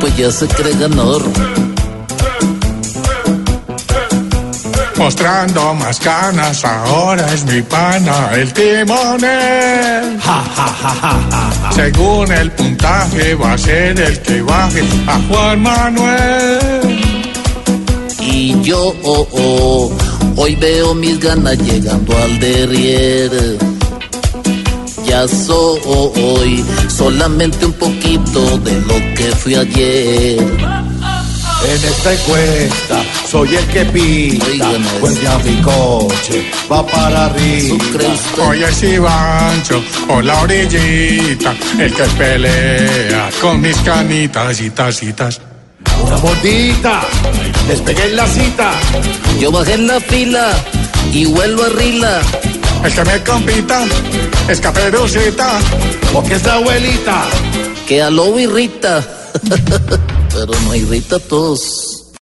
Pues ya se cree ganador. Mostrando más canas, ahora es mi pana el timonel. Ja, ja, ja, ja, ja, ja. Según el puntaje va a ser el que baje a Juan Manuel. Y yo, oh, oh, hoy veo mis ganas llegando al derrier. Ya soy solamente un poquito de lo que fui ayer. En esta encuesta soy el que pita, Oigan eso. pues ya mi coche va para ¿Tú arriba. crees Hoy es Ivancho o la orillita, el que pelea con mis canitas y tacitas. Una mordita, les pegué en la cita. Yo bajé en la fila y vuelvo a rila. El que me compita es caperucita. Porque esta abuelita que a Lobo irrita, pero no irrita a todos.